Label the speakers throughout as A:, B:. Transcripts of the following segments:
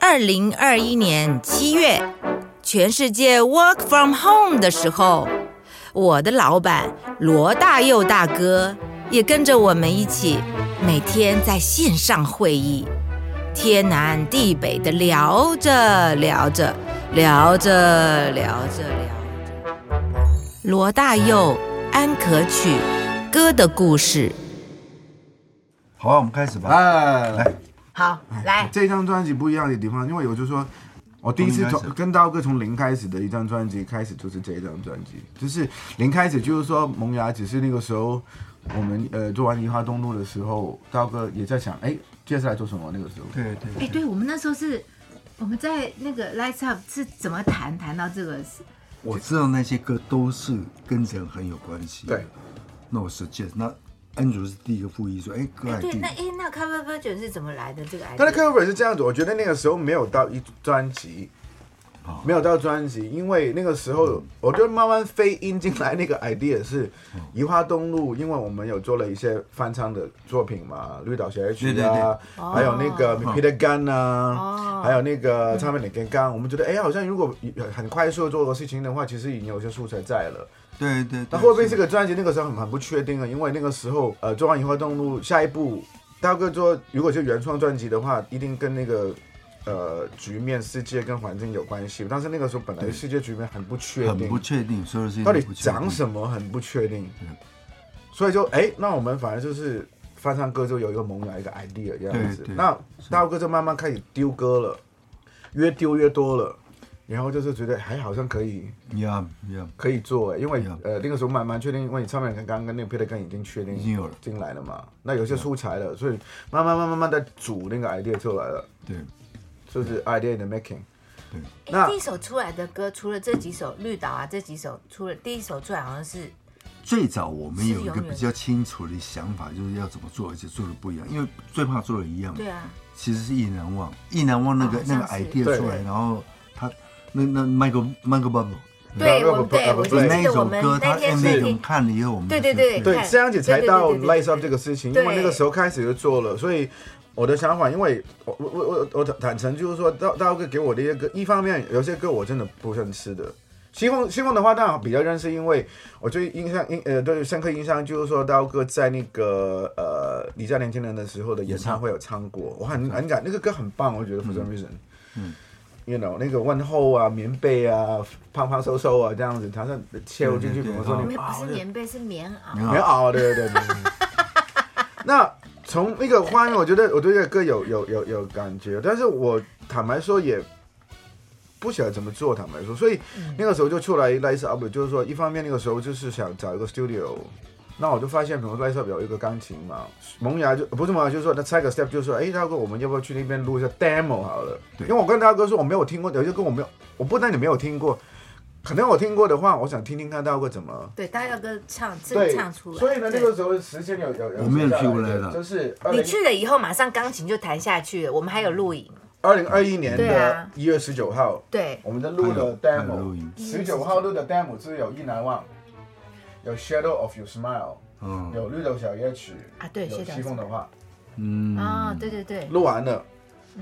A: 二零二一年七月，全世界 work from home 的时候，我的老板罗大佑大哥也跟着我们一起，每天在线上会议，天南地北的聊着聊着，聊着聊着聊着，罗大佑《安可曲》歌的故事。
B: 好啊，我们开始吧。
C: 哎，
A: 好，来，
C: 这张专辑不一样的地方，因为我就说，我第一次
B: 从零开
C: 从
B: 始
C: 跟刀哥从零开始的一张专辑开始就是这张专辑，就是零开始就是说萌芽，只是那个时候我们呃做完梨花东路的时候，刀哥也在想，哎，接下来做什么？那个时候，
B: 对对，
D: 哎，对我们那时候是我们在那个 Lights Up 是怎么谈谈到这个事？
B: 我知道那些歌都是跟人很有关系。
C: 对，
B: 那我实践，那安祖是第一个副一说，哎，歌还
A: 对，
B: 挺
A: 那哎，那 cover version 是怎么来的？这个 idea？哎
C: 但是 cover 是这样子，我觉得那个时候没有到一专辑
B: 哦，嗯
C: 没有到专辑，因为那个时候我就慢慢飞音进来。那个 idea 是移花东路，因为我们有做了一些翻唱的作品嘛，《绿岛小夜曲
B: 对》对嗯
C: 啊，
A: 对
C: 还有那个 Peter Gun 啊
A: 哦，
C: 还有那个唱片的 Gun Gun，我们觉得哎，好像如果很快速地做个事情的话，其实已经有些素材在了。
B: 对对对。
C: 那会不会这个专辑那个时候很很不确定啊？因为那个时候呃，做完以后动路下一步，大哥说如果是原创专辑的话，一定跟那个呃局面、世界跟环境有关系。但是那个时候本来世界局面很不确
B: 很
C: 定
B: 不，确定，嗯所有事情
C: 到底
B: 都不确定
C: 讲什么很不确定，所以就哎，那我们反而就是翻唱歌就有一个萌芽一个 idea 这样子
B: 对对。
C: 那大哥就慢慢开始丢歌了，越丢越多了，然后就是觉得还好像可以。
B: 呀呀，
C: 可以做哎，因为
B: Yeah.
C: 呃那个时候慢慢确定，因为你唱片刚刚跟那个 Peter 刚已经确定
B: 已经有了啊
C: 进来了嘛，那有些素材了，所以慢慢慢慢慢的组那个 idea 出来了，
B: 对，
C: 就是 idea 的 making。
A: 哎
C: 那
A: 第一首出来的歌，除了这几首《绿岛》啊，这几首出了第一首出来好像是
B: 最早我们有一
A: 是
B: 个
A: 永远
B: 比较清楚的想法，就是要怎么做，而且做的不一样，因为最怕做的一样嘛。
A: 对啊，
B: 其实是意难忘，意难忘那个、
A: 啊
B: 那个
A: 好像是
B: idea 出来，
C: 对
B: 然后他那那 Michael Michael Bubble
A: 对
C: 那
A: 我
C: 不
A: 对
C: 那不
A: 我
C: 对
A: 记
B: 那一
A: 得我
B: 首
A: 们
B: 歌，
A: 那
B: 他
A: 天那
B: MV 我
A: 天
B: 们看了以后，我们
A: 对
B: 就
A: 对对
C: 对，
A: 看
C: 这样子才到
A: 对对对对
C: Lights Up 这个事情，
A: 对
C: 因为那个时候开始就做了，所以我的想法，因为我我我我我坦诚就是说，大大哥给我的一些歌，一方面有些歌我真的不认识的。西凤西凤的话，当然比较认识，因为我最印象印呃对深刻印象就是说，刀哥在那个呃你在年轻人的时候的演唱会有唱过，我很很感那个歌很棒，我觉得 for some reason，嗯，you know 那个问候啊、棉被啊、胖胖瘦瘦啊这样子，他是切入进去，
B: 对对对
C: 我说
B: 啊
C: 你
A: 没有不是
C: 啊
A: 棉被是棉袄，
B: 很
C: 没有
B: 好，
C: 哦，对对对对。对 那从那个画面，我觉得我对这个歌有有有有感觉，但是我坦白说也不晓得怎么做，坦白说，所以那个时候就出来 l i s Up，就是说一方面那个时候就是想找一个 studio。那我就发现，比如 l i s Up 有一个钢琴嘛，萌芽就不是萌芽，就是说那 t i g e Step 就是说，哎，大哥，我们要不要去那边录一下 demo 好了？因
B: 对
C: 为我跟大哥说我没有听过，有些歌我没有，我不但你没有听过，可能我听过的话，我想听听看大哥怎么
A: 对，大耀哥唱这个
C: 对，
A: 唱出来，
C: 所以呢，那
A: 对
C: 个时候时间有有有，
B: 我没有去
C: 去
B: 过来的
C: 就是
A: 你去了以后马上钢琴就弹下去了，我们还有录影，
C: 二零二一年
A: 对
C: 的
A: 啊
C: 一月十九号，
A: 对，
C: 我们在录的
B: 还有还有录
C: demo，
B: 音
C: 十九号录的 demo 是有《意难忘》，有《Shadow of Your Smile》，
B: 嗯
C: 有《绿豆小夜曲》
A: 啊对
C: 有
A: Shadow of
C: 西风的话，
B: 嗯
A: 啊，对对对，
C: 录完了，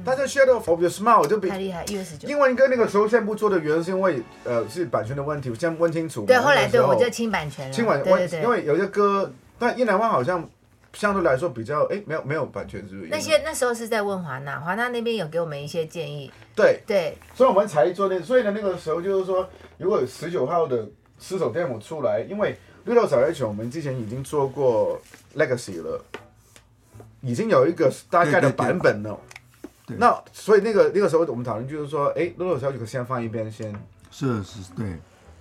C: 但是《Shadow of Your Smile》就
A: 嗯
C: 比
A: 太厉害，一月十九，
C: 英文歌那个时候先不做的原因是因为呃是版权的问题，我先问清楚嘛。
A: 对，后来
C: 那时
A: 对
C: 候
A: 我就清版权了，
C: 今晚
A: 对对
C: 因
A: 对。
C: 为有些歌，但《意难忘》好像相对来说比较哎没有没有版权是不是？
A: 那些那时候是在问华纳，华纳那边有给我们一些建议，
C: 对。
A: 对，
C: 所以我们才做那，所以呢，那个时候就是说，如果十九号的十首 demo 出来，因为六六小夜曲我们之前已经做过 legacy 了，已经有一个大概的
B: 对对对
C: 版本了。
B: 对
C: 那所以那个那个时候我们讨论就是说，哎，六六小夜曲先放一边先，
B: 是是，对，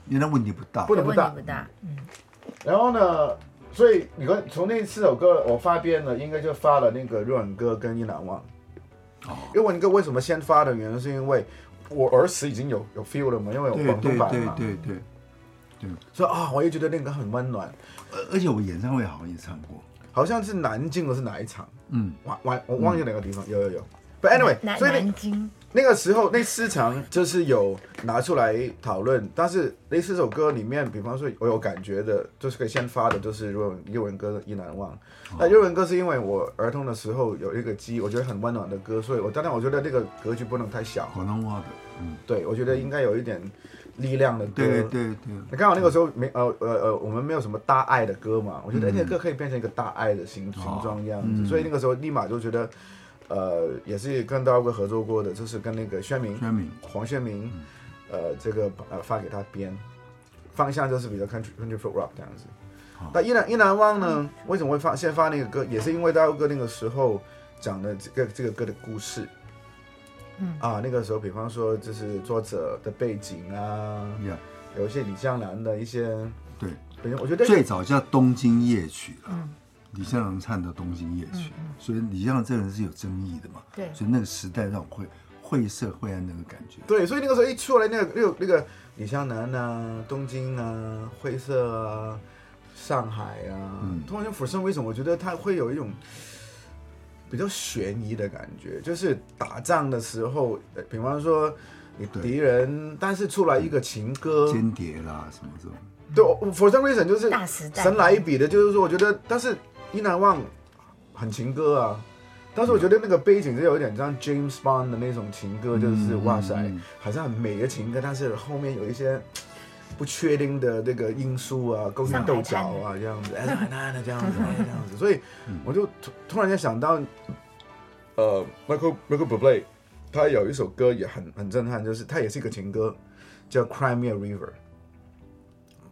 B: 因为那问题不大，
C: 不能
A: 问题
C: 不大
A: 不。大，
C: 然后呢，所以你看从那四首歌我发编了，应该就发了那个日文歌跟伊朗忘。
B: 哦
C: 日文歌为什么先发的原因是因为我儿时已经有有 feel 了嘛，因为有
B: 对
C: 广
B: 对
C: 东版嘛。
B: 对对对，
C: 说啊，我也觉得那个很温暖，
B: 而而且我演唱会好像也唱过，
C: 好像是南京的是哪一场？
B: 嗯，
C: 忘忘我忘记哪个地方，有有有。But anyway，
A: 南
C: 所以
A: 南
C: 呢
A: 京
C: 那个时候那四场就是有拿出来讨论，但是那四首歌里面，比方说我有感觉的，就是可以先发的，就是日文日文歌《意难忘》。
B: 哦
C: 那日文歌是因为我儿童的时候有一个记忆，我觉得很温暖的歌，所以我当然我觉得那个格局不能太小，
B: 广东话的，嗯，
C: 对我觉得应该有一点力量的歌。
B: 对对对，
C: 那刚好那个时候没呃呃呃，我们没有什么大爱的歌嘛，我觉得哎那个歌可以变成一个大爱的形形状样子，所以那个时候立马就觉得，呃，也是跟大哥合作过的，就是跟那个宣明、
B: 宣明
C: 黄宣明，呃，这个呃发给他编，方向就是比较 country country folk rock 这样子。那依然依然忘呢，为什么会发先发那个呃歌，也是因为大哥那个时候讲的这个这个歌的故事。
A: 嗯
C: 啊，那个时候，比方说就是作者的背景啊，
B: 呀，
C: 有一些李香兰的一些，
B: 对，
C: 等于我觉得
B: 最早叫《东京夜曲》了，李香兰唱的《东京夜曲》，所以李香兰这个人是有争议的嘛，
A: 对
B: 所以那个时代让我会晦涩晦暗那个感觉，
C: 对，所以那个时候一出来，那个那个那个李香兰啊，东京啊，灰色啊，上海啊，突然间俯身为什么？我觉得它会有一种比较悬疑的感觉，就是打仗的时候，呃比方说你
B: 对
C: 敌人，但是出来一个情歌，
B: 间谍啦什么这种，
C: 对我，for some reason 就是
A: 大时代
C: 神来一笔的，就是说，我觉得，但是伊难忘很情歌啊，但是我觉得那个背景是有一点像 James Bond 的那种情歌，就是、哇塞，好像很美的情歌，但是后面有一些不确定的那个因素啊，勾心斗角啊，这样子，哎，那那那这样子， 哎这样子，所以我就突突然间想到，呃，Michael Michael Bublé，他有一首歌也很很震撼，就是他也是一个情歌，叫 Crimea River。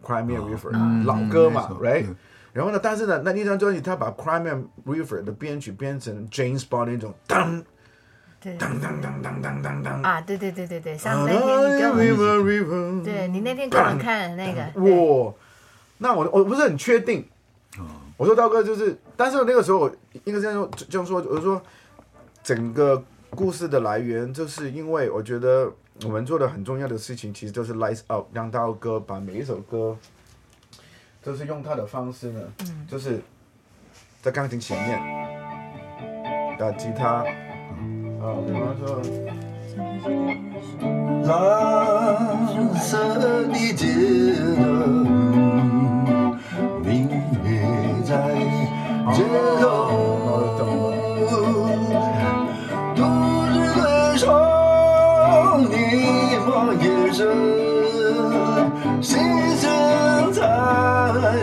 C: Crimea River，、老歌嘛、
B: 嗯
C: r i
B: 没
C: g h t
B: 错
C: 然后呢，但是呢，那那张专辑他把 Crimea River 的编曲变成 James Bond 那种当
A: 对
C: 当当当当当当当。
A: 啊，对对对对对，像那天你跟
C: Crimea
A: 我，
C: River River。
A: 对你那天跟我看的那
C: 哎
A: 个，对
C: 哇，那我我不是很确定。我说刀哥就是，但是那个时候我应该这样说，这样说，我就说整个故事的来源，就是因为我觉得我们做的很重要的事情，其实就是 lights out，让刀哥把每一首歌，就是用他的方式呢，就是在钢琴前面，打吉他，啊，比方说。
B: 蓝色的街灯，明月在街头，都市的少年梦也是，星星在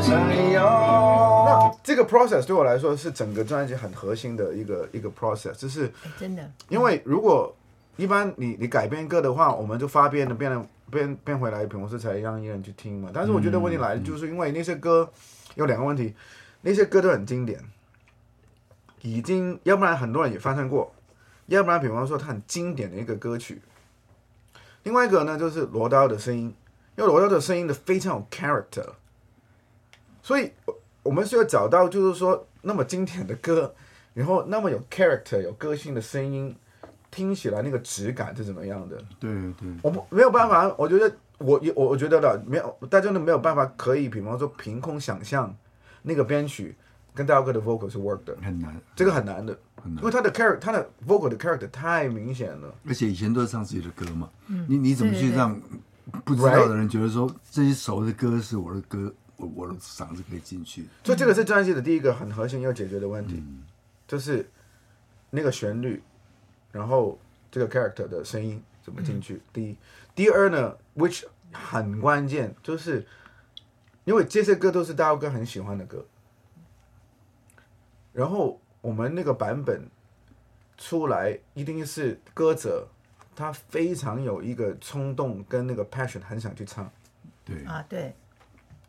B: 闪耀。
C: 那这个 process 对我来说是整个专辑很核心的一个一个 process，就是
A: 哎真的，
C: 因为如果一般你你改编歌的话，我们就发编的变了变变回来，平时才让艺人去听嘛。但是我觉得问题来了，就是因为那些歌有两个问题，那些歌都很经典，已经要不然很多人也翻唱过，要不然比方说它很经典的一个歌曲。另外一个呢，就是罗刀的声音，因为罗刀的声音的非常有 character，所以我我们需要找到就是说那么经典的歌，然后那么有 character 有个性的声音，听起来那个质感是怎么样的？
B: 对对
C: 我不没有办法，我觉得我我我觉得的没有，大家都没有办法可以，比方说凭空想象那个编曲跟大哥的 vocal 是 work 的，
B: 很难，
C: 这个很难的，
B: 很难
C: 因为他的 character 他的 vocal 的 character 太明显了。
B: 而且以前都是唱自己的歌嘛，你你怎么
A: 对
B: 去
A: 嗯对
B: 让不知道的人觉得说这些熟的歌是我的歌，我我的嗓子可以进去？
C: 所以这个是专辑的第一个很核心要解决的问题，就是那个旋律，然后这个 character 的声音怎么进去。第一，第二呢，which 很关键，就是因为这些歌都是大佑哥很喜欢的歌，然后我们那个版本出来，一定是歌者他非常有一个冲动跟那个 passion，很想去唱。
B: 对，
A: 啊，对，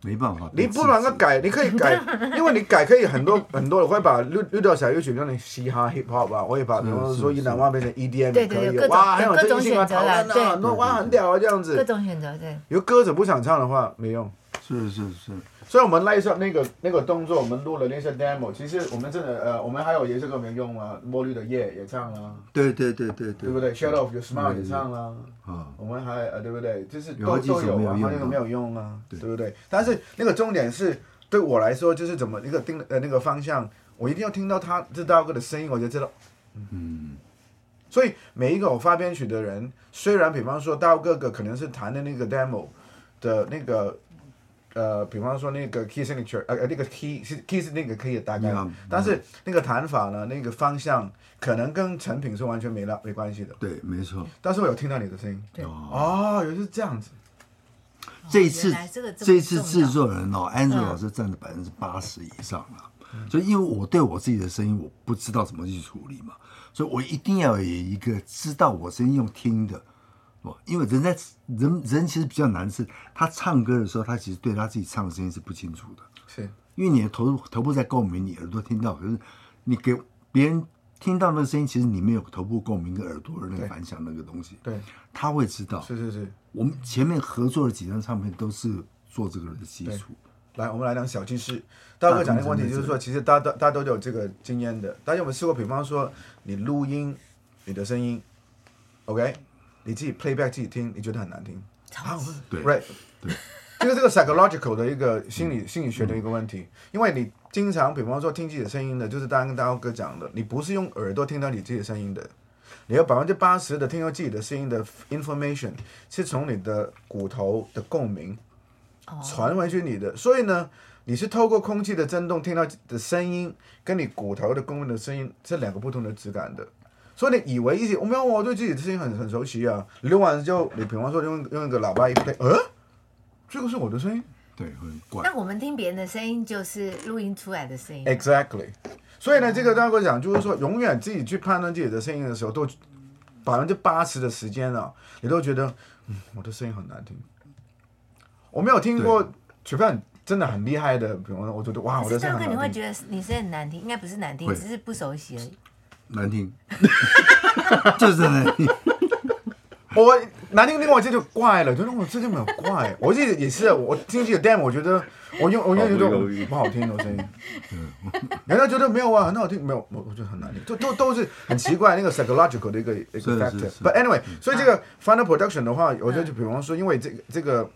B: 没办法，
C: 你不能够改，你可以改，因为你改可以很多 很多，我会把六六条小乐曲变成嘻哈 hip hop 啊，我也把比方说
B: 是
C: 一南万变成 EDM 也
A: 对对
C: 可
A: 对
C: 以
A: 各
C: 啊，
A: 种
C: 哇，还有
A: 各
C: 这
A: 种
C: 异性啊
A: 选择
C: 讨
A: 啦
C: 论啊，
A: 对
C: 那哇很屌啊这样
A: 各
C: 子。
A: 种选择，对，
C: 如果歌者不想唱的话，没用。
B: 是是是，
C: 所以我们那一首那个那个动作，我们录了那些 demo，其实我们真的呃，我们还有一些歌没用啊，《墨绿的夜》也唱了，
B: 对对对对对，
C: 对不对？Shadow of Your Smile 也唱了。
B: 啊，
C: 我们还呃对不对？就是
B: 有
C: 都
B: 好几
C: 都
B: 首
C: 有
B: 没有
C: 啊，
B: 用
C: 那个
B: 的
C: 没有用啊，
B: 对
C: 不对？但是那个重点是对我来说，就是怎么一个定呃那个方向，我一定要听到他这大哥的声音，我就知道，嗯，所以每一个偶发编曲的人，虽然比方说大哥哥可能是弹的那个 demo 的那个。呃，比方说那个 key signature，呃，呃那个 key 是 key 是那个 key 的大概
B: Yeah，嗯
C: 但是那个弹法呢，那个方向可能跟成品是完全没了没关系的。
B: 对，没错。
C: 但是我有听到你的声音，
A: 对
C: 哦，原来是这样子，
B: 这一次
A: 哦原来这个这么
B: 这一次
A: 重要嗯
B: 制作人哦，安卓老师占了百分之八十以上了。所以，因为我对我自己的声音，我不知道怎么去处理嘛，所以我一定要有一个知道我声音用听的，哦，因为人在人人其实比较难是，他唱歌的时候，他其实对他自己唱的声音是不清楚的，
C: 是
B: 因为你的头头部在共鸣，你耳朵听到，可是你给别人听到那个声音，其实你没有头部共鸣跟耳朵的那个
C: 对
B: 反响那个东西，
C: 对，
B: 他会知道，
C: 是是是。
B: 我们前面合作的几张唱片都是做这个的基础，
C: 来，我们来讲小技师。大哥讲的一个问题就是说，其实大家都大家都有这个经验的。大家有没有试过？比方说，你录音你的声音，OK，你自己 playback 自己听，你觉得很难听，啊我
B: 对
C: ，right，
B: 对，
C: 这个这个 psychological 的一个心理心理学的一个问题，因为你经常比方说听自己的声音的，就是刚刚大哥讲的，你不是用耳朵听到你自己的声音的，你有百分之八十的听到自己的声音的 information 是从你的骨头的共鸣传回去你的，所以呢，你是透过空气的震动听到的声音，跟你骨头的共鸣的声音是两个不同的质感的。所以你以为一些，我哦没有，我对自己的声音很很熟悉啊。你录完之后，你比方说用用一个喇叭一 play，呃，这个是我的声音
B: 对，
C: 嗯
B: 会很怪
A: 那。我们听别人的声音就是录音出来的声音，
C: ，exactly。所以呢，这个大哥讲就是说，永远自己去判断自己的声音的时候，都百分之八十的时间啊，你都觉得，嗯，我的声音很难听。我没有听过，除非很真的很厉害的，比方说，我觉得哇，我
A: 可
C: 的
A: 是
C: 声
A: 大
C: 音
A: 哥你会
C: 很难听。
A: 觉得你声音很难听，应该不是难听，
B: 会
A: 只是不熟悉而已。
B: 难听， 就是难听。
C: 我难听，另外这就怪了，觉得我这就没有怪。我自己也是，我听自己的 demo，我觉得我用我用觉
B: 毫不犹豫
C: 得不好听的声音，人家觉得没有啊，很好听，没有，我我觉得很难听，都都都是很奇怪那个 psychological 的一个一个
B: 是
C: factor
B: 是是。啊
C: But anyway，所以这个 final production 的话，我觉得就比方说，因为这个这个。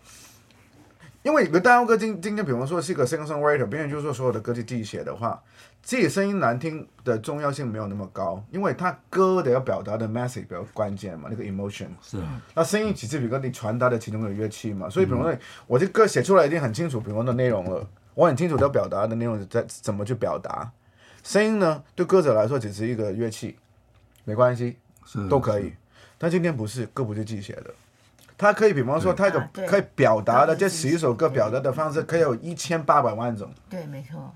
C: 因为个大佑哥今今天，比方说是一个 singer songwriter，别人就说所有的歌是自己写的话，自己声音难听的重要性没有那么高，因为他歌的要表达的 message 比较关键嘛，那个 emotion。
B: 是啊，
C: 那声音只是比如说你传达的其中的乐器嘛，所以比如说我这歌写出来已经很清楚，比如说的内容了，我很清楚要表达的内容是在怎么去表达。声音呢，对歌手来说只是一个乐器，没关系，
B: 嗯是啊
C: 都可以。但今天不是，歌不是自己写的，他可以比方说他有
A: 啊对
C: 可以表达的
A: 他
C: 这
A: 不是自
C: 十
A: 己
C: 一首歌表达的方式，可以有一千八百万种。
A: 对，没错，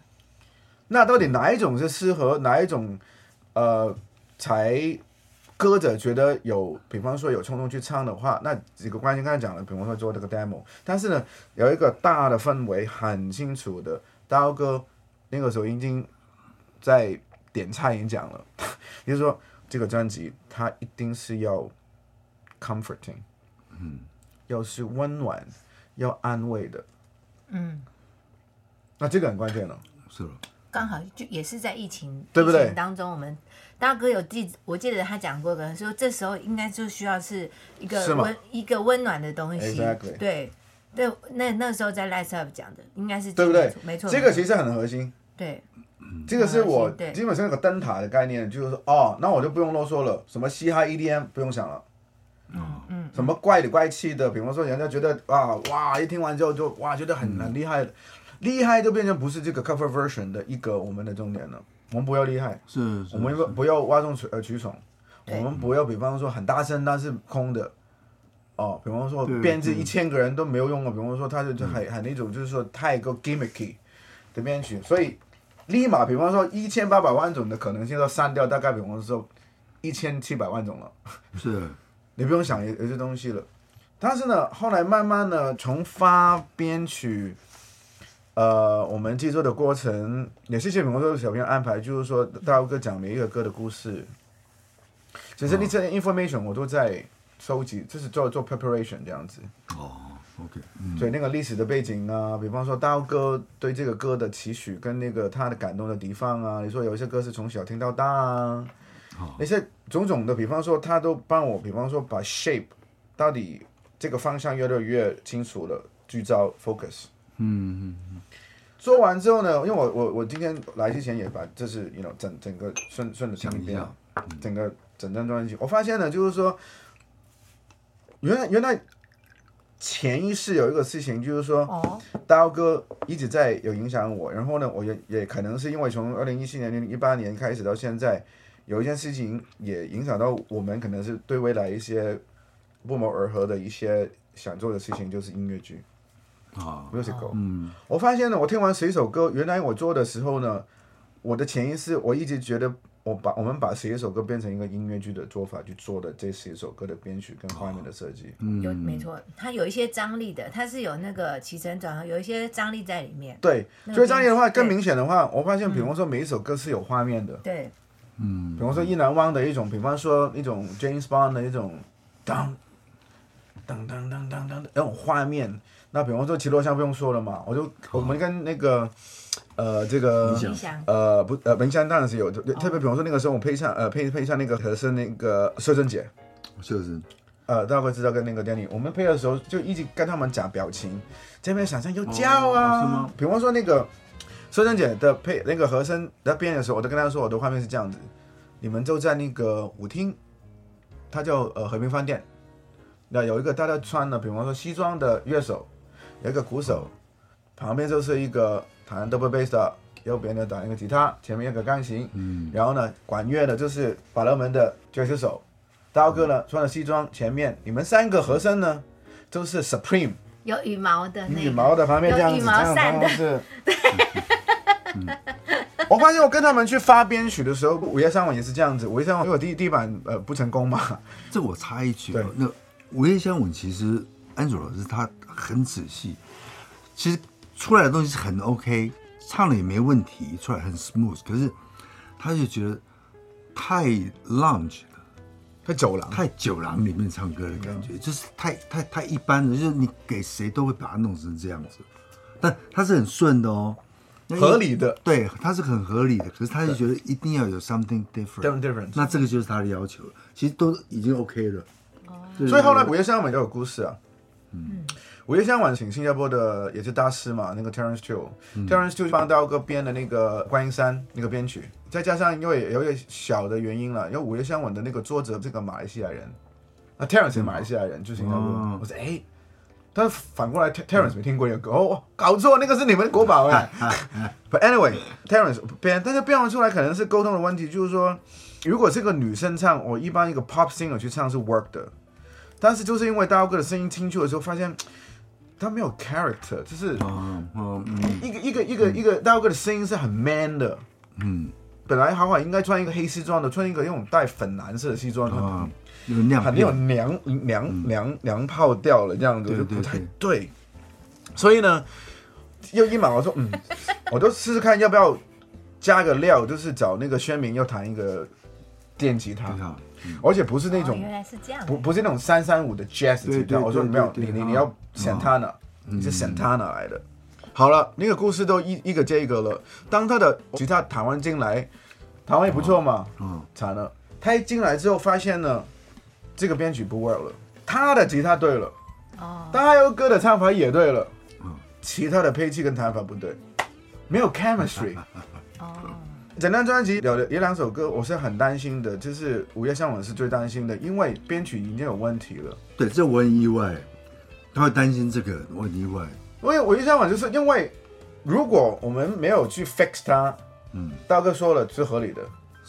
C: 那到底哪一种是适合，哪一种呃才歌者觉得有，比方说有冲动去唱的话，那几个关键刚才讲了，比方说做这个 demo，但是呢，有一个大的氛围很清楚的，刀哥那个时候已经在点菜演讲了， 也就是说这个专辑它一定是要 comforting，嗯，要是温暖，要安慰的，
A: 嗯，
C: 那这个很关键哦了。
B: 是啊了，
A: 刚好就也是在疫情
C: 对不对
A: 疫情当中，我们大哥有记，我记得他讲过，可能说这时候应该就需要是一
C: 是
A: 个
C: 吗
A: 温一个温暖的东西
C: Exactly
A: 对对，那那时候在 Lights Up 讲的，应该是
C: 对不对？
A: 没错，
C: 这个嗯其实很核心，
A: 对
C: 这个是我
A: 嗯对
C: 基本上有个灯塔的概念，就是说哦，那我就不用啰嗦了，什么嘻哈 EDM 不用想了。嗯嗯，什么怪里怪气的，比方说人家觉得啊哇，一听完之后就哇觉得很很厉害的，厉害就变成不是这个 cover version 的一个我们的重点了。我们不要厉害，
B: 是啊是
C: 我们不不要哗众取呃取宠，我
A: 对
C: 们不要比方说很大声但是空的，哦，比方说
B: 对
C: 编制
B: 对嗯
C: 一千个人都没有用过，比方说他就就很很那种就是说太过 gimmicky 的编曲，所以立马比方说一千八百万种的可能性都删掉，大概比方说一千七百万种了，
B: 是啊
C: 你不用想有有些东西了。但是呢，后来慢慢的从发编曲，呃，我们制作的过程也谢谢美国的小朋友安排，就是说大佑哥讲每一个歌的故事，其实那些嗯 information 我都在收集，就是做做 preparation 这样子。
B: 哦，OK，嗯，
C: 所以那个历史的背景啊，比方说大佑哥对这个歌的期许跟那个他的感动的地方啊，你说有一些歌是从小听到大
B: 哦
C: 啊，那些种种的，比方说他都帮我，比方说把 shape 到底这个方向越来越清楚了，聚焦 focus。
B: 嗯，
C: 做完之后呢，因为我我我今天来之前也把这是 you know 整整个顺顺着听一
B: 讲一
C: 遍
B: 下嗯
C: 啊，整个整张专辑，我发现呢，就是说，原来原来潜意识有一个事情，就是说，
A: 哦，
C: 刀哥一直在有影响我，然后呢，我也也可能是因为从二零一七年、零一八年开始到现在，有一件事情也影响到我们，可能是对未来一些不谋而合的一些想做的事情，就是音乐剧
B: 啊，
C: musical。嗯，我发现呢，我听完十一首歌，原来我做的时候呢，我的潜意识我一直觉得。我把我们把十一首歌变成一个音乐剧的做法去做的这十一首歌的编曲跟画面的设计，
A: 有没错，它有一些张力的，它是有那个起承转合，有一些张力在里面。
C: 对，
A: 那个
C: 所以张力的话
A: 编曲
C: 更明显的话，我发现，比方说每一首歌是有画面的，
A: 对，
C: 比方说意难忘的一种，比方说一种 James Bond 的一种当当当当当当的那种画面。那比方说绮罗香不用说了嘛，我就我们跟那个呃这个
B: 理想
A: 理想
C: 呃不呃文香当然是有，特特别比方说那个时候我配上呃配配上那个可是那个秀珍姐，
B: 就是
C: 呃，大概知道跟那个 Danny，我们配的时候就一直跟他们讲表情，这边想象又叫
B: 哦
C: 啊，
B: 是吗
C: 比方说那个孙珍姐的配那个和声在编的时候，我都跟她说我的画面是这样子，你们就在那个舞厅，它叫呃和平饭店，那有一个大家穿的，比方说西装的乐手，有一个鼓手，旁边就是一个弹 double bass 的，右边的打一个吉他，前面一个钢琴，嗯，然后呢管乐的就是把乐门的爵士手。刀哥呢穿了西装，前面你们三个和声呢都是 Supreme
A: 有羽毛的那
C: 羽
A: 个
C: 毛的旁边这样
A: 有
C: 子，
A: 羽
C: 这
A: 毛
C: 样
A: 扇的
C: 子是。嗯 我发现我跟他们去发编曲的时候，午夜三晚也是这样子。午夜三晚因为我第第一版呃不成功嘛，
B: 这我插一句
C: 对
B: 啊，那《午夜香吻》其实安祖老师他很仔细，其实出来的东西是很 OK，唱的也没问题，出来很 smooth，可是他就觉得太 lounge 了。
C: 在走廊。
B: 太酒廊里面唱歌的感
C: 嗯
B: 觉，就是太太太一般了，就是你给谁都会把它弄成这样子，但它是很顺的哦，那一
C: 合理的，
B: 对，它是很合理的，可是他就觉得一定要有 something different，
C: Different difference
B: 那这个就是他的要求，其实都已经 OK 了。对
C: 所以后来午夜香晚就有故事啊。嗯，午夜香晚请新加坡的也是大师嘛，那个 Terence Teo，Terence、Teo 帮刀哥编的那个《观音山》那个编曲，再加上因为有一点小的原因了，因为午夜香晚的那个作者是个马来西亚人，那 Terence 是马来西亚人，就新加坡。
B: 哦
C: 我说哎。但是反过来，Ter-，Terence 没听过那个歌，哦，搞错，那个是你们国宝 哎。But anyway，Terence 编，但是编完出来可能是沟通的问题，就是说，如果是个女生唱，我一般一个 pop singer 去唱是 work 的，但是就是因为大哥的声音进去的时候，发现他没有 character，就是
B: 嗯嗯嗯，
C: 一个一个一个一个大哥的声音是很 man 的，嗯，本来好好应该穿一个黑西装的，穿一个那种带粉蓝色的西装，
B: 啊
C: 很，
B: 有亮
C: 很那
B: 片
C: 种娘娘娘娘炮掉了这样子，我
B: 对
C: 就不
B: 对
C: 太对，所以呢，又一忙我说嗯， 我就试试看要不要加个料，就是找那个宣明要弹一个电吉他
B: 对，啊，
C: 而且不是那种
A: 哦，原来是这样
C: 不。不是那种三三五的 jazz 吉
B: 对
C: 他，
B: 对
C: 我说
B: 对
C: 没有，
B: 对
C: 你
B: 对嗯
C: 你
B: 啊
C: 你要 Santana，你是 Santana 来的。好了，那个故事都一一个接一个了。当他的吉他弹完进来，弹完也不错嘛，
B: 嗯，
C: 惨了。他一进来之后发现呢，这个编曲不 work 了，他的吉他对了，
A: 哦，
C: 大佑哥的唱法也对了
B: 嗯，
C: 其他的配器跟弹法不对，没 有 chemistry。
A: 哦，
C: 整张专辑有有两首歌，我是很担心的，就是《午夜向晚》是最担心的，因为编曲已经有问题了。
B: 对，这我很意外，他会担心这个，我很意外，
C: 因为我一向往就是因为，如果我们没有去 fix 它，
B: 嗯，
C: 大哥说了是合理的。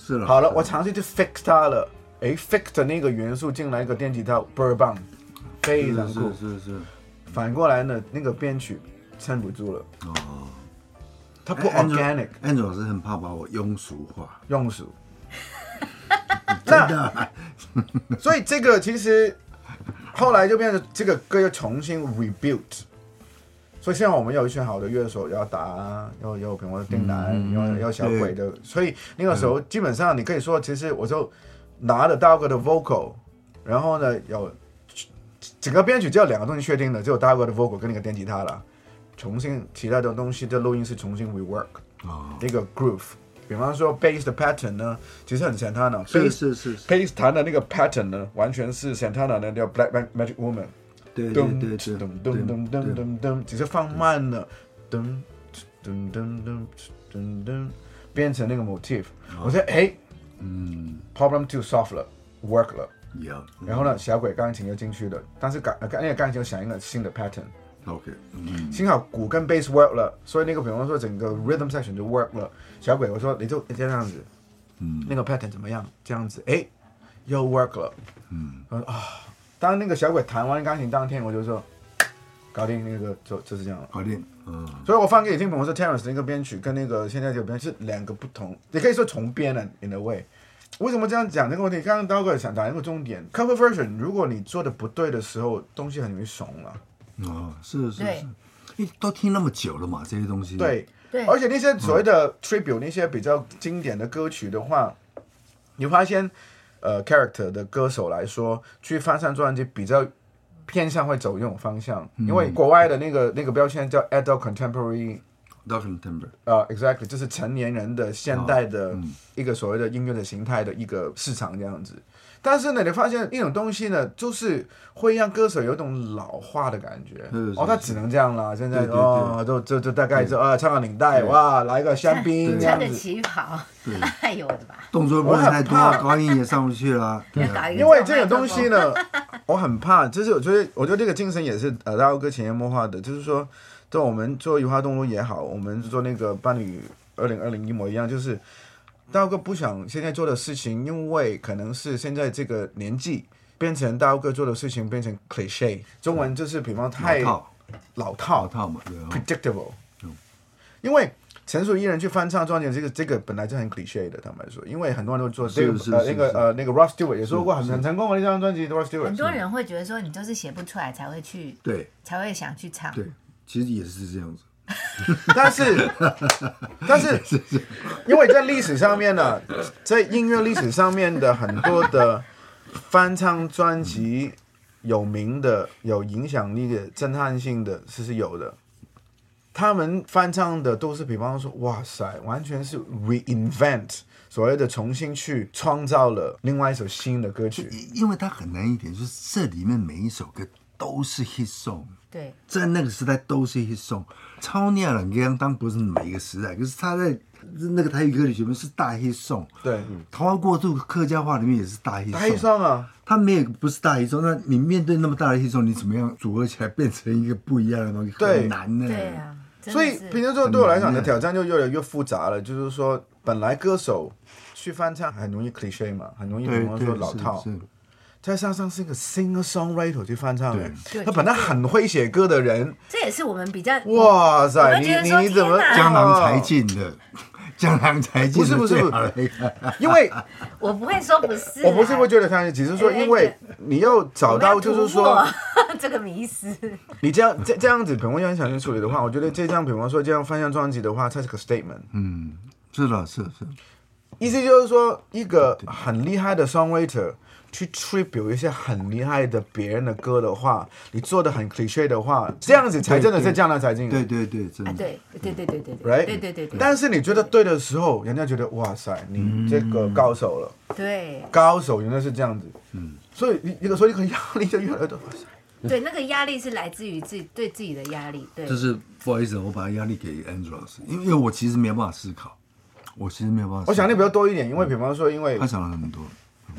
B: 是了，
C: 好了，我尝试去 fix 它了，诶 f i x 的那个元素进来一个电吉他倍儿棒，非
B: 是
C: 常酷
B: 是。是是，
C: 反过来呢，那个编曲撑不住了，
B: 哦。哎
C: 它不
B: 安
C: organic
B: 安卓老师很怕把我庸俗化，
C: 用俗。
B: 真
C: 那
B: 的，
C: 所以这个其实后来就变成这个歌又重新 rebuild。所以现在我们有一群好的乐手，要达，有有比如说丁楠，有有小鬼的，所以那个时候基本上你可以说，其实我就拿了大哥的 vocal，然后呢有整个编曲只有两个东西确定的，只有大哥的 vocal 跟那个电吉他了，重新其他的东西的录音是重新 rework
B: 哦
C: 那个 groove，比方说 bass 的 pattern 呢，其实很简单的
B: 是
C: bass
B: 是是，是
C: p a c e 弹的那个 pattern 呢，完全是 Santana 的叫 Black Mag- Magic Woman，
B: 对对
C: 噔
B: 对对
C: 噔噔
B: 对
C: 噔噔
B: 对
C: 噔噔，只是放慢了，噔噔噔噔
B: 哦
C: 噔噔，变成那个 motif。我说哎，嗯，problem too soft 了， work 了。
B: Yeah，
C: 然后呢，小鬼钢琴又进去了，但是钢呃那个钢琴又响应了新的 pattern，
B: ，OK，嗯，
C: 幸好鼓跟 bass work 了，所以那个比方说整个 rhythm section 就 work 了。小鬼我说你就这样子，嗯，那个 pattern 怎么样？这样子，哎，又 work 了，嗯，我说啊、当那个小鬼弹完钢琴当天，我就说搞定那个就就是这样了。
B: 搞定，嗯，
C: 所以我放给你听，我说 Terence 那个编曲跟那个现在这个编曲是两个不同，也可以说重编了 in a way。为什么这样讲这个问题？刚刚刀哥想打一个重点，cover version，如果你做的不对的时候，东西很容易怂了。
B: 哦，是是
A: 对
B: 是，因为都听那么久了嘛，这些东西，
C: 对，
A: 对
C: 而且那些所谓的 tribute，、那些比较经典的歌曲的话，你发现，呃，character 的歌手来说，去翻唱专辑比较偏向会走这种方向，因为国外的那个那个标签叫 adult contemporary
B: ，Doctor Timber，
C: 呃、e x a c t l y 就是成年人的现代
B: 哦
C: 的
B: 嗯
C: 一个所谓的音乐的形态的一个市场这样子。但是呢，你发现一种东西呢，就是会让歌手有一种老化的感觉。
B: 是
C: 哦，他只能这样啦。现在
B: 对对
C: 哦，就就就大概就啊，唱个领带，哇，来个香槟这
A: 穿
C: 样
A: 着
C: 子。
A: 旗袍， 哎呦我的妈！
B: 动作不能太多啊，高音也上不去啦， 对
A: 要
B: 啊，
A: 打一个
C: 嗯因为这种东西 呢，我很怕，就是我觉得，我觉得这个精神也是呃，大哥潜移默化的，就是说，就我们做雨花动物也好，我们做那个伴侣二零二零一模一样，就是大哥不想现在做的事情，因为可能是现在这个年纪变成大哥做的事情变成 cliche，中文就是比方太
B: 老套
C: 老
B: 老
C: 套
B: 套嘛，对啊，
C: predictable，因为。成熟艺人去翻唱专辑，这个这个本来就很 cliche 的，坦白说，因为很多人都做这个
B: 是是
C: 呃
B: 是
C: 那个
B: 是
C: 呃那个 Ross Stewart 也说过很很成功的一张专辑，Ross Stewart
A: 很多人会觉得说你就是写不出来才会去，
B: 对
A: 才会想去唱。
B: 对，其实也是这样子，
C: 但 是，但是，因为在历史上面呢，在音乐历史上面的很多的翻唱专辑，有名的、有影响力的、震撼性的，是是有的。他们翻唱的都是，比方说，哇塞，完全是 reinvent，所谓的重新去创造了另外一首新的歌曲。
B: 因因为它很难一点，就是这里面每一首歌都是 hit song。
A: 对
B: 在那个时代都是 hit song，超念了，刚当不是每一个时代，可是他在那个台语歌里里面是大 hit song，
C: 对，
B: 桃花过渡客家话里面也是大 hit
C: 大一
B: song，
C: 上啊，
B: 他没有不是大 hit song，那你面对那么大的 hit song，你怎么样组合起来变成一个不一样的东西，
C: 对
B: 很难呢、
A: 对啊，真
C: 嗯所
A: 的
C: 以
A: 是
C: 平常做对我来讲的挑战就越来越复杂了，就是说本来歌手去翻唱很容易 cliche 嘛，很容易比
B: 对
C: 方
B: 对
C: 说老套
B: 是，是
C: 再加上是一个 singer songwriter 去翻唱的
A: 对，
C: 他本来很会写歌的人，
A: 这也是我们比较
C: 哇
A: 我
C: 塞，
A: 们
C: 你
A: 觉得
C: 你
A: 说
C: 你怎么
A: 天哪
B: 江郎才？尽的，江郎才尽
C: 不是
B: 的
C: 哦不是
B: 最
C: 不
B: 好的一个，
C: 因为
A: 我不会说不是啊，
C: 我不是会觉得他，只是说因为你要找
A: 我们要
C: 到就是
A: 突破
C: 说嗯
A: 这个迷思，
C: 你这样这这样子，比方要想去处理的话，我觉得这张比方说这样翻唱专辑的话，它是个 statement。
B: 嗯，是的，是是，
C: 意思就是说，一个很厉害的 songwriter 去 tribute 一些很厉害的别人的歌的话，你做的很 cliche 的话，这样子才真的是江郎才尽。
B: 对对对，真
A: 啊，
B: 的，
A: 对对对对对对
C: ，right？
A: 对对对对，
C: 但是你觉得对的时候，人家觉得哇塞，你这个高手了，
A: 嗯对
C: 高手原来是这样子。嗯，所以你有的时候一个压力就越来越多。哇塞
A: 对，那个压力是来自于自己对自己的压力，对
B: 就，是不好意思，我把压力给 Andrew 老师，因为因为我其实没有办法思考，我其实没有办法思考。
C: 我想的比较多一点，因为比方说，因为
B: 他想了很多，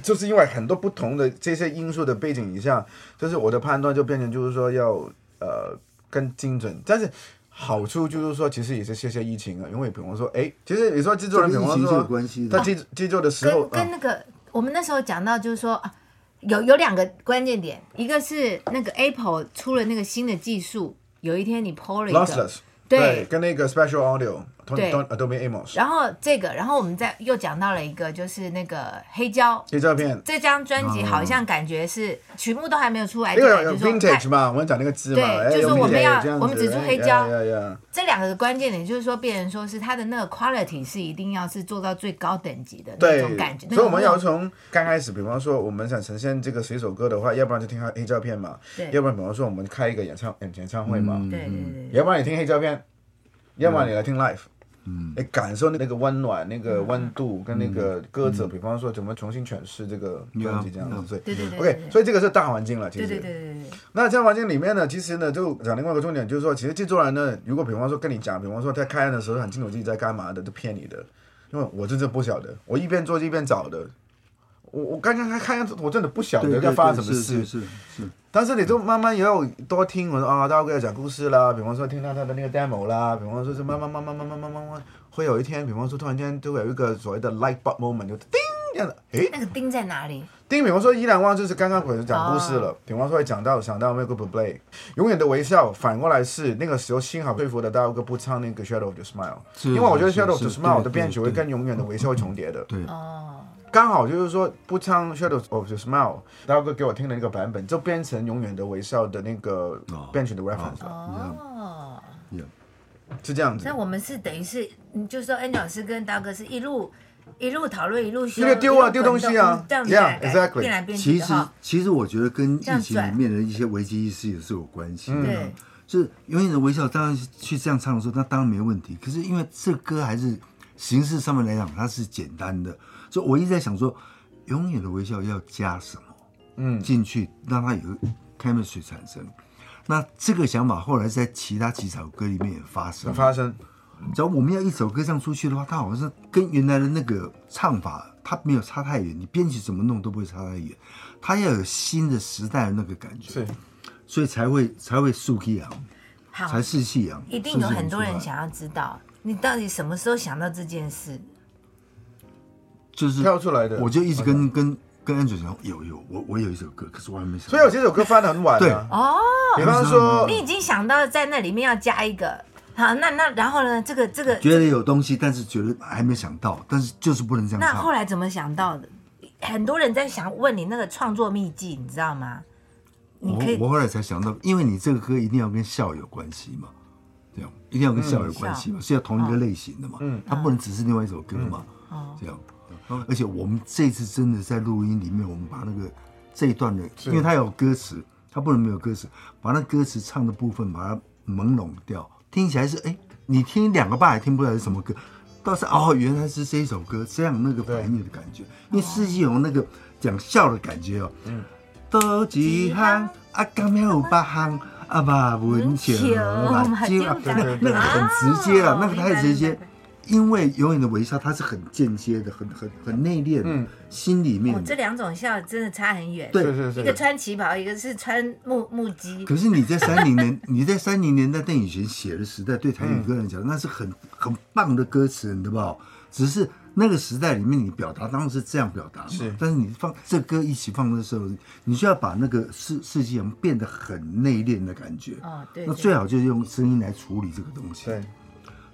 C: 就是因为很多不同的这些因素的背景以下，就是我的判断就变成就是说要呃更精准，但是好处就是说其实也是谢谢疫情啊，因为比方说哎，其实你说制作人比
B: 这跟疫
C: 方
B: 情是有
C: 说
B: 关系的
C: 他制制作的时候
A: 跟跟
C: 啊
A: 那个我们那时候讲到就是说啊，有有两个关键点，一个是那个 Apple 出了那个新的技术，有一天你 PO 了一个。
C: lossless
A: 对
C: 跟那个 special audio
A: 对
C: Tony Adobe Amos
A: 然后这个，然后我们再又讲到了一个，就是那个黑胶
C: 这照片，
A: 这张专辑，好像感觉是曲目都还没有出来，
C: 因
A: 就
C: 为
A: 感
C: 有
A: 觉说哎
C: vintage 嘛，我们讲那个字嘛，
A: 对
C: 哎
A: 就是
C: 有
A: 我们
C: vintage，
A: 要
C: 这样
A: 我们
C: 子
A: 只做
C: 哎
A: 黑胶
C: 呀呀呀
A: 这两个关键点就是说，别人说是它的那个 quality 是一定要是做到最高等级的那
C: 对
A: 种感觉，
C: 所以我们要
A: 那种
C: 从刚开始，比方说我们想呈现这个十一首歌的话，要不然就听黑黑胶片嘛，
A: 对嗯
C: 要不然比方说我们开一个演唱演演唱会嘛，
A: 对对对对
C: 要不嗯然你听黑胶片，要不然你来听 live。嗯，你感受那个温暖、那个温度跟那个歌者，比方说怎么重新诠释这个专辑这样子，
B: 嗯
C: 所以
A: 对对对对对
C: OK，所以这个是大环境了，其
A: 对
C: 实
A: 对对对对对
C: 那这样环境里面呢，其实呢，就讲另外一个重点，就是说，其实制作人呢，如果比方说跟你讲，比方说在开案的时候很清楚自己在干嘛的，就骗你的，因为我真的不晓得，我一边做一边找的，我我刚刚看看，我真的不晓
B: 对
C: 得
B: 对
C: 要发生
B: 对
C: 什么事。
B: 是是是是，
C: 但是你就慢慢也有多听我说啊，大哥要讲故事啦，比方说听到他的那个 demo 啦，比方说是慢慢慢慢慢慢慢慢慢，会有一天，比方说突然间就有一个所谓的 light bulb moment，就叮这样的，诶，
A: 那个钉在哪里？
C: 叮，比方说伊兰旺就是刚刚我就讲故事
A: 哦
C: 了，比方说会讲到想到 Michael Bublé，永远的微笑，反过来是那个时候幸好说服的大哥不唱那个 Shadow of the Smile，
B: 是
C: 因为我觉得
B: 是
C: Shadow of the
B: 是
C: Smile
B: 对
C: 的编曲
B: 对
C: 会
B: 对
C: 跟永远的微笑会重叠的。
B: 对，
A: 哦，
C: 刚好就是说不唱《Shadows of the Smile》，大哥给我听的那个版本，就变成《永远的微笑》的那个
B: 哦
C: 编曲的 reference，、了，
A: 哦，
B: Yeah
C: 是这样子
A: 那。我们是等于是，嗯就是说 Andy 老师跟刀哥是一路一路讨论，一路修，
C: 一路丢啊
A: 一
C: 丢
A: 路滚
C: 东西啊
A: 动这样子改
C: Yeah，
A: 改
C: exactly
A: 变来变去
B: 其
A: 的
B: 实
A: 哈。
B: 其实我觉得跟
A: 这样
B: 疫情
A: 转
B: 里面的一些危机意识也是有关系的。
A: 对，
B: 就是永远的微笑，当然去这样唱的时候，那当然没问题。可是因为这歌还是形式上面来讲，它是简单的，所以我一直在想说，永远的微笑要加什么？嗯，进去让它有 chemistry 产生。那这个想法后来在其他几首歌里面也发生了，
C: 发生
B: 只要我们要一首歌唱出去的话，它好像是跟原来的那个唱法，它没有差太远。你编曲怎么弄都不会差太远，它要有新的时代的那个感觉，
C: 是
B: 所以才会才会竖起昂，
A: 好
B: 才，啊士气昂。
A: 哦一定有很多人
B: 是不是
A: 想要知道你到底什么时候想到这件事。
B: 就是
C: 跳出来的。
B: 我就一直跟跟跟安主讲，有有，我我有一首歌，可是我还没想到。
C: 所以我这首歌翻的很晚
B: 对
C: 啊。
A: 哦，
C: 比方说
A: 你，已经想到在那里面要加一个，好，那那然后呢？这个这个，
B: 觉得有东西，但是觉得还没想到，但是就是不能这样
A: 那
B: 唱。
A: 后来怎么想到的？很多人在想问你那个创作秘籍，你知道吗？你可以
B: 我我后来才想到，因为你这个歌一定要跟笑有关系嘛，这样一定
A: 嗯
B: 要跟笑有关系嘛，是要同一个类型的嘛，它不能只是另外一首歌嘛，
A: 嗯哦
B: 这样。而且我们这次真的在录音里面，我们把那个这一段的，因为它有歌词，它不能没有歌词，把那歌词唱的部分把它朦胧掉，听起来是哎，你听两个半还听不出来是什么歌。倒是哦，原来是这一首歌，这样那个反应的感觉，因为世纪有那个讲笑的感觉哦，多一行啊，今天有八行啊，把文情啊，目睭啊，那那个很直接了，啊那个太直接。因为永远的微笑，它是很间接的，很很很内敛的，心里
A: 哦
B: 面
A: 这
B: 的。
A: 两种笑真的差很远。
B: 对
C: 是是
A: 一个
C: 是，
A: 穿旗袍，一个是穿木木屐。
B: 可是你在三零年， 你在三零年代邓雨贤写的时代，对台语歌来讲，那是很很棒的歌词，你知道不好？只是那个时代里面，你表达当然是这样表达嘛。
C: 是
B: 但是你放这歌一起放的时候，你就要把那个世世界变得很内敛的感觉。
A: 哦，对
B: 那
A: 对
B: 最好就是用声音来处理这个东西。
C: 对，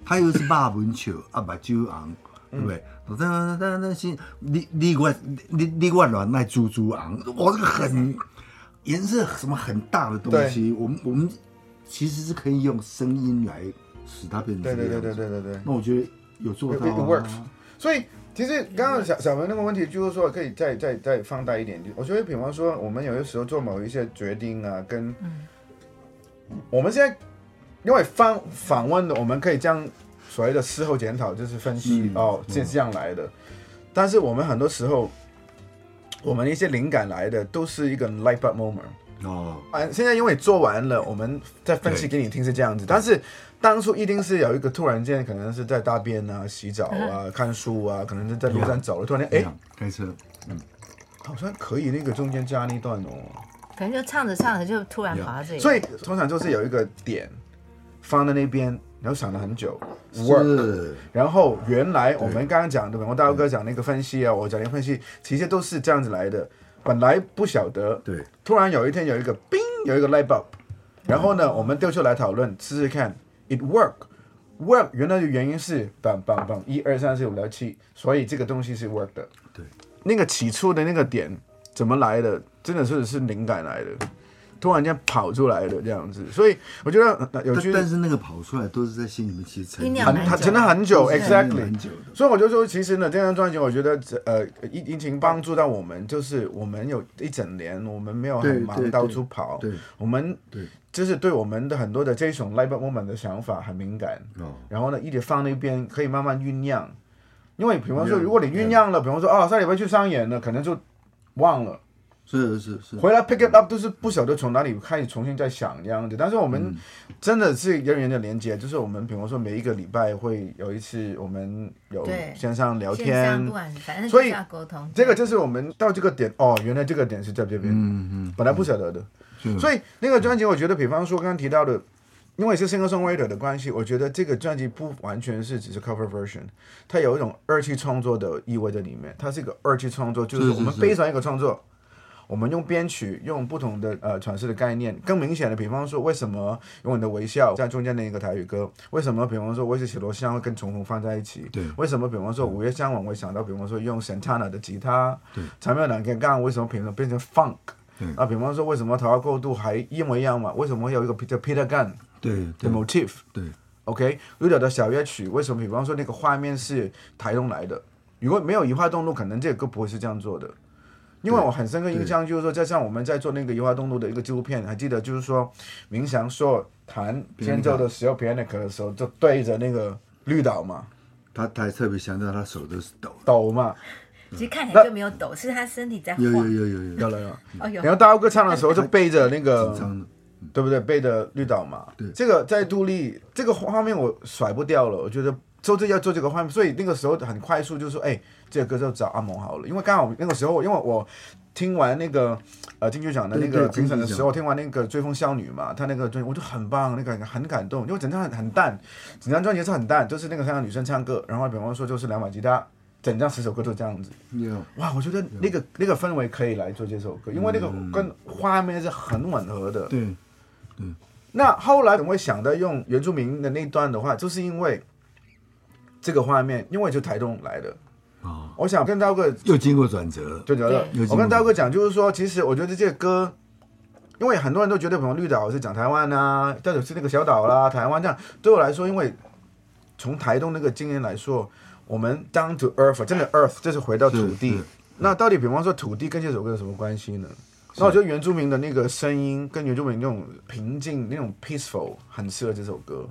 B: 它又是八文球啊，目睭红，对不对？那那那是你你我你你我乱卖猪猪昂，我这个很颜色什么很大的东西，我们我们其实是可以用声音来使它变成
C: 对
B: 这个
C: 对对
B: 样子。
C: 对对对对。
B: 那我觉得有做
C: It-
B: 到
C: it
B: 啊
C: works。所以其实刚刚小小文那个问题，就是说可以再再再放大一点。我觉得，比方说我们有些时候做某一些决定啊，跟、我们现在因为访访问的，我们可以将所谓的事后检讨，就是分析、
B: 嗯
C: 哦，这这样来的。但是我们很多时候，我们一些灵感来的都是一个 light bulb moment。
B: 哦，
C: 啊，现在因为做完了，我们再分析给你听是这样子，但是当初一定是有一个突然间，可能是在大便啊、洗澡啊、看书啊，可能是在路上走了，突然
B: 哎
C: 间，哎，，
B: 开车
C: 好像可以那个中间加那一段哦，
A: 可能就唱着唱着就突然跑到这里。
C: 所以通常就是有一个点放在那边，然后想了很久，work。
B: 是
C: 然后原来我们刚刚讲的，我大哥讲那个分析啊，我讲那个分析，其实都是这样子来的。本来不晓得，
B: 对，
C: 突然有一天有一个冰，有一个 light bulb，然后呢，我们丢出来讨论试试看，it work。work 原来的原因是 bang bang bang 一二三四五六七，所以这个东西是 work 的。
B: 对，
C: 那个起初的那个点怎么来的，真的是是灵感来的，突然间跑出来的这样子，所以我觉得呃有
B: 但
C: 句
B: 但是那个跑出来都是在心里面其实沉
A: 酝
B: 淀
A: 酿
C: 很
A: 蛮久
C: 很真的很久
B: 沉淀
C: ，exactly
B: 蛮。久的。
C: 所以我就说，其实呢，这张专辑，我觉得呃，疫疫情帮助到我们，就是我们有一整年，我们没有很
B: 对对
C: 忙
B: 对
C: 到处跑，
B: 对
C: 我们
B: 对
C: 就是对我们的很多的这种 live moment 的想法很敏感，
B: 哦
C: 然后呢，一直放那边可以慢慢酝酿，因为比方
B: 嗯
C: 说，哦如果你酝酿了，比方说哦，上礼拜去商演了，可能就忘了，
B: 是是是，
C: 回来 pick it up 都是不晓得从哪里开始重新再想这样子。但是我们
B: 嗯
C: 真的是人与人的连接，就是我们比方说每一个礼拜会有一次我们有
A: 对
C: 线上聊
A: 线上
C: 天
A: 不，管反正就
C: 所
A: 是
C: 以
A: 要沟通。
C: 这个就是我们到这个点哦，原来这个点是在这边，
B: 嗯嗯，
C: 本来不晓得的。
B: 是
C: 所以那个专辑，我觉得，比方说刚刚提到的，因为是 singer songwriter 的关系，我觉得这个专辑不完全是只是 cover version，它有一种二次创作的意味在里面。它是一个二次创作，就是
B: 是
C: 我们
B: 是
C: 非常一个创作，我们用编曲，用不同的呃阐释的概念。更明显的，比方说，为什么《永远的微笑》在中间的一个台语歌？为什么比方说《我是绮罗香》会跟重逢放在一起？
B: 对
C: 为什么比方说《午夜香吻》会想到比方说用 Santana 的吉他？对，长面两根杠为什么变成变成 funk？啊
B: 对
C: 那比方说，为什么桃花过渡还一模一样嘛？为什么会有一个 Peter Peter Gun
B: 对
C: 的
B: 对
C: motif？
B: 对
C: OK，绿岛的小夜曲为什么？比方说那个画面是台东来的，如果没有移花动路，可能这个歌不会是这样做的。因为我很深刻印象，就是说，在像我们在做那个移花动路的一个纪录片，还记得就是说，明祥说弹间奏的时候 p i a n o 的时候，就对着那个绿岛嘛，
B: 他他还特别强调他手都是抖的，
C: 抖嘛，
A: 其实看起来就没有抖，是他身体在晃。
B: 有有有有有
C: 有了有了。
A: 哦有
C: 然后大哥唱的时候就背着那个
B: 紧张的，嗯
C: 对不对？背的绿岛嘛，
B: 对
C: 这个在杜丽这个画面我甩不掉了，我觉得周志要做这个画面，所以那个时候很快速就说，哎，这个歌就找阿蒙好了，因为刚好那个时候，因为我听完那个呃金曲奖的那
B: 对
C: 个
B: 对
C: 评审的时
B: 金曲
C: 候，
B: 奖
C: 听完那个《追风少女》嘛，她那个专辑我就很棒，那个很感动，因为整张很很淡，整张专辑是很淡，就是那个三个女生唱歌，然后比方说就是两把吉他，整张十首歌都这样子，
B: 有
C: 哇，我觉得那个那个氛围可以来做这首歌，因为那个跟画面是很吻合的，
B: 对
C: 那后来怎么会想到用原住民的那一段的话，就是因为这个画面，因为就台东来的。
B: 哦，
C: 我想跟刀哥
B: 又经过转折了，
C: 就觉得
B: 对，
C: 我跟刀哥讲，就是说，其实我觉得这个歌，因为很多人都觉得，比如绿岛是讲台湾啊，或者是那个小岛啦、台湾这样。啊对我来说，因为从台东那个经验来说，我们 down to earth，真的 earth 就是回到土
B: 是
C: 地
B: 是。
C: 那到底，比方说土地跟这首歌有什么关系呢？那我觉得原住民的那个声音跟原住民那种平静、那种 peaceful 很适合这首歌。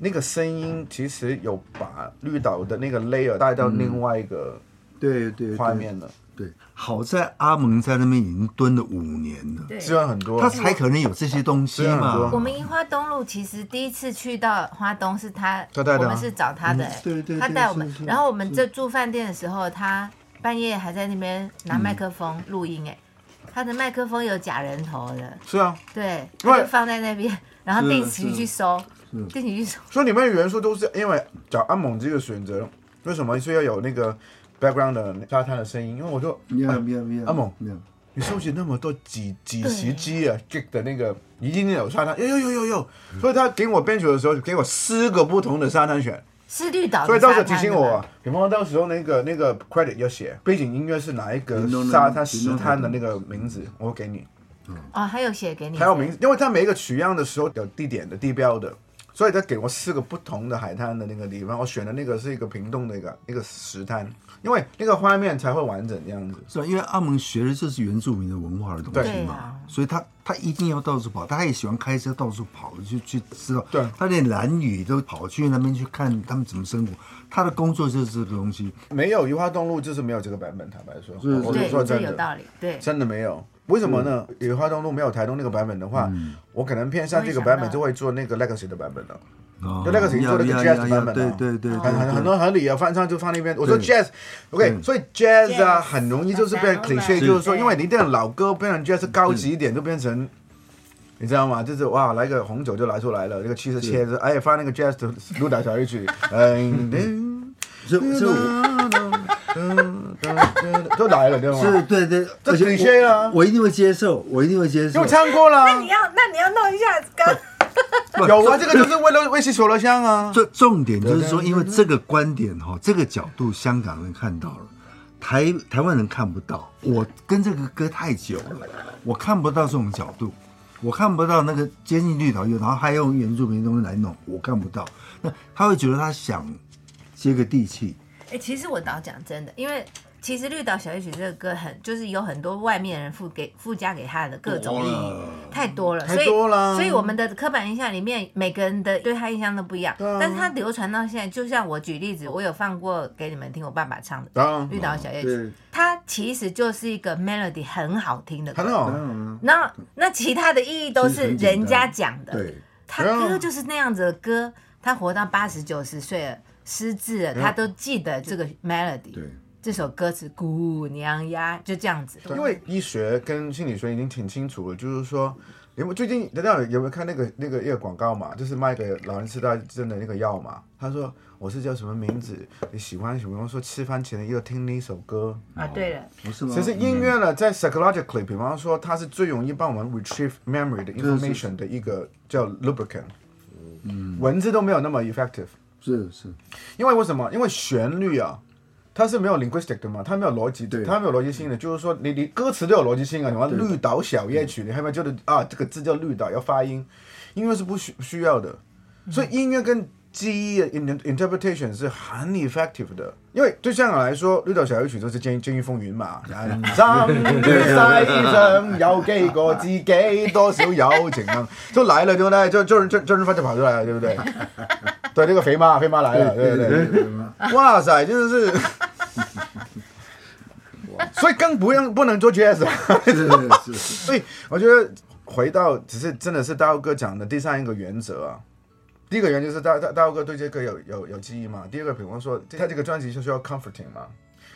C: 那个声音其实有把绿岛的那个 layer 带到另外一个
B: 对嗯对
C: 画面了，
B: 对，好在阿蒙在那边已经蹲了五年了，
A: 对，
C: 虽然很多。
B: 他才可能有这些东西嘛
A: 我。们樱花东路其实第一次去到花东是他，
C: 他带的啊
A: 我们是找他的、欸
B: 对对对
A: 他带我们
B: 是是。
A: 然后我们这住饭店的时候，他半夜还在那边拿麦克风录音、
C: 嗯
A: 欸，哎、他的麦克风有假人头的，
C: 是啊，
A: 对，
C: 因为
A: 他就放在那边，然后
B: 是
A: 定期去
B: 是
A: 收，定期去收，
C: 所以里面的元素都是因为找阿猛这个选择，为什么是要有那个 background 的沙滩的声音？因为我就
B: 喵喵喵，
C: 阿猛
B: 喵，
C: 你收集那么多几几十 G 啊 G 的那个，一定有沙滩，有有有有有，所以他给我编曲的时候给我四个不同的沙滩选，
A: 是绿岛的
C: 所以到时候
A: 沙
C: 提
A: 滩
C: 醒
A: 的
C: 我
A: 吗
C: 啊，比方说到时候那个那个 credit 要写背景音乐是哪一个沙滩石滩的那个名字，我会给你。
A: 哦，还有写给你，
C: 还有名字，因为它每一个取样的时候有地点的地标的，所以他给我四个不同的海滩的那个地方，我选的那个是一个屏东的一个一个石滩，因为那个画面才会完整这样子。
B: 是吧？因为阿蒙学的就是原住民的文化的东西
A: 对啊
B: 嘛，所以他他一定要到处跑，他也喜欢开车到处跑，就去知道。
C: 对
B: 他连男女都跑去那边去看他们怎么生活，他的工作就是这个东西。
C: 没有移花动路就是没有这个版本，坦白说，
B: 是
C: 我
B: 是
C: 是
A: 对，
C: 说
A: 这
C: 真
A: 有道
C: 的，
A: 理，对，
C: 真的没有。为什么呢？移花动路没有台东那个版本的话，我可能偏向这个版本就会做那个 Legacy 的版本了。
B: 哦
C: 就那个是做那个
B: 要
C: jazz
B: 要要
C: 版本
B: 对
C: 啊
B: 对对，
C: 很很很多合理啊，翻唱就放那边。我说
B: 对
C: jazz，OK，
B: 对
C: 所以 jazz 啊，
A: Jazz，
C: 很容易就是变
A: 很
C: cliché，
A: 难
C: 就是说，
A: 对
C: 因为你这样老歌变成 jazz 高级一点，就变成，你知道吗？就是哇，来个红酒就拿出来了，那个汽车切着，哎，放那个 jazz 的鹿岛小夜曲，嗯，
B: 所以所以我
C: 就来了，对
B: 是
C: 吗？
B: 对对，
C: 这
B: 而且
C: cliché
B: 我
C: 啊
B: 我一定会接受，我一定会接
C: 因
B: 受
C: 为。唱过了，
A: 要那你要弄一下刚
C: 有啊，这个就是为了为其求了香啊。
B: 这重点就是说，因为这个观点哈、这个角度，香港人看到了，台台湾人看不到。我跟这个歌太久了，我看不到这种角度，我看不到那个接近绿岛又，然后还用原住民的东西来弄，我看不到。那他会觉得他想接个地气，
A: 哎、其实我倒讲真的，因为其实绿岛小夜曲这个歌很，就是有很多外面人附给附加给他的各种意义，太多了，
C: 太
A: 所以
C: 多了
A: 所以我们的刻板印象里面，每个人的对他印象都不一样。
C: 啊
A: 但是他流传到现在，就像我举例子，我有放过给你们听，我爸爸唱的
C: 当
A: 《绿岛小夜曲》
C: 对，
A: 它其实就是一个 melody 很好听的
C: 很
A: 歌。
C: 好，
A: 那那其他的意义都是
B: 其实很简单
A: 人家讲的，
B: 对，
A: 他
C: 对啊
A: 歌就是那样子的歌，他活到八十九十岁了，失智了，他都记得这个 melody，
B: 对
A: 这首歌词《姑娘呀》，就这样子。
C: 因为医学跟心理学已经挺清楚了，就是说，有没有最近大家有没有看那个那个一个广告嘛？就是卖给老人痴呆症的那个药嘛？他说我是叫什么名字？你喜欢什么？说吃饭前要听那首歌。
A: 啊，对了，
B: 不是吗？
C: 其实音乐呢，在 psychologically，比方说它是最容易帮我们 retrieve memory 的 information 的一个叫 lubricant。嗯，文字都没有那么 effective。
B: 是是，
C: 因为为什么？因为旋律啊，它是没有 linguistic 的嘛，它没有逻辑，
B: 对
C: 它没有逻辑性的，就是说你你歌词都有逻辑性啊，什么绿岛小夜曲，你还没有觉得啊这个字叫绿岛要发音，音乐是不需需要的，所以音乐跟记忆的 in- interpretation 是很 effective 的，因为对香港来说，绿岛小夜曲就是监《监狱风云》嘛，人生的世上有幾個自己，多少友情啊，就來了，對不對？就周周周潤發就跑出來了，對不對？对，那個肥媽，肥媽來了，對對對。哇塞，真的是，所以更不用不能做 jazz 啊。
B: 是是，
C: 所以我觉得回到只是真的是大佑哥讲的第三一个原则啊，第一个原则是大大大佑哥对这个有有有记忆嘛，第二个比方说他这个专辑就是要 comforting 嘛，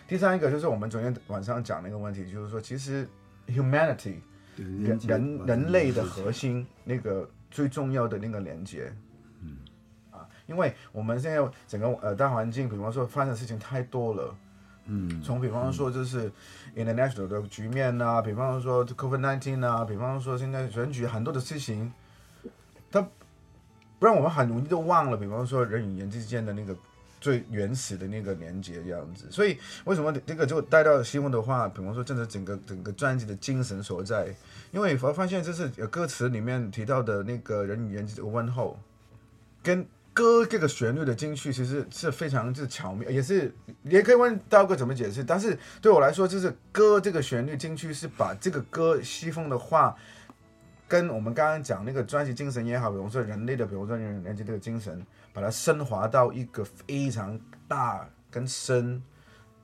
C: 第三一个就是我们昨天晚上讲那个问题，就是说其实 humanity 人人人类的核心那个最重要的那个连接，嗯啊，因为我们现在整个呃大环境，比方说发生的事情太多了。从比方说就是 international 的局面呐、比方说 COVID 1 9啊，比方说现在选举很多的事情，它不然我们很容易就忘了，比方说人与人之间的那个最原始的那个连接这样子。所以为什么这个就带到西文的话，比方说正是整个整个专辑的精神所在，因为我发现就是有歌词里面提到的那个人与人之间的问候，跟歌这个旋律的进去，其实是非常就是巧妙，也是也可以问大哥怎么解释。但是对我来说，就是歌这个旋律进去是把这个歌西风的话，跟我们刚刚讲那个专辑精神也好，比如说人类的，比如说人人类这个精神，把它升华到一个非常大跟深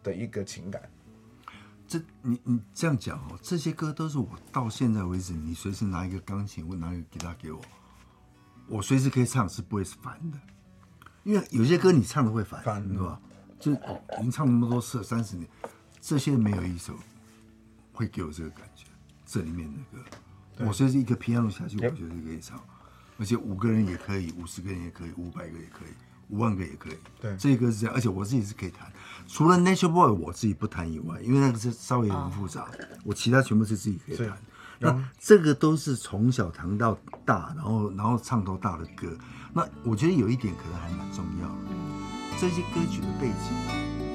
C: 的一个情感。
B: 这你你这样讲哦，这些歌都是我到现在为止，你随时拿一个钢琴或拿一个吉他给我，我随时可以唱，是不会烦的。因为有些歌你唱的会烦，
C: 烦
B: 对吧？就已经唱那么多次了，三十年，这些没有一首会给我这个感觉。这里面的歌，我随时一个 piano 下去，我
C: Yep
B: 觉得可以唱，而且五个人也可以，五十个人也可以，五百个也可以，五万个也可以。
C: 对嗯
B: 这个是这样，而且我自己是可以弹，除了 Nature Boy 我自己不弹以外，因为那个是稍微很复杂，
C: 哦
B: 我其他全部是自己可以
C: 是
B: 弹。那这个都是从小弹到大，然后然后唱到大的歌。那我觉得有一点可能还蛮重要的，这些歌曲的背景啊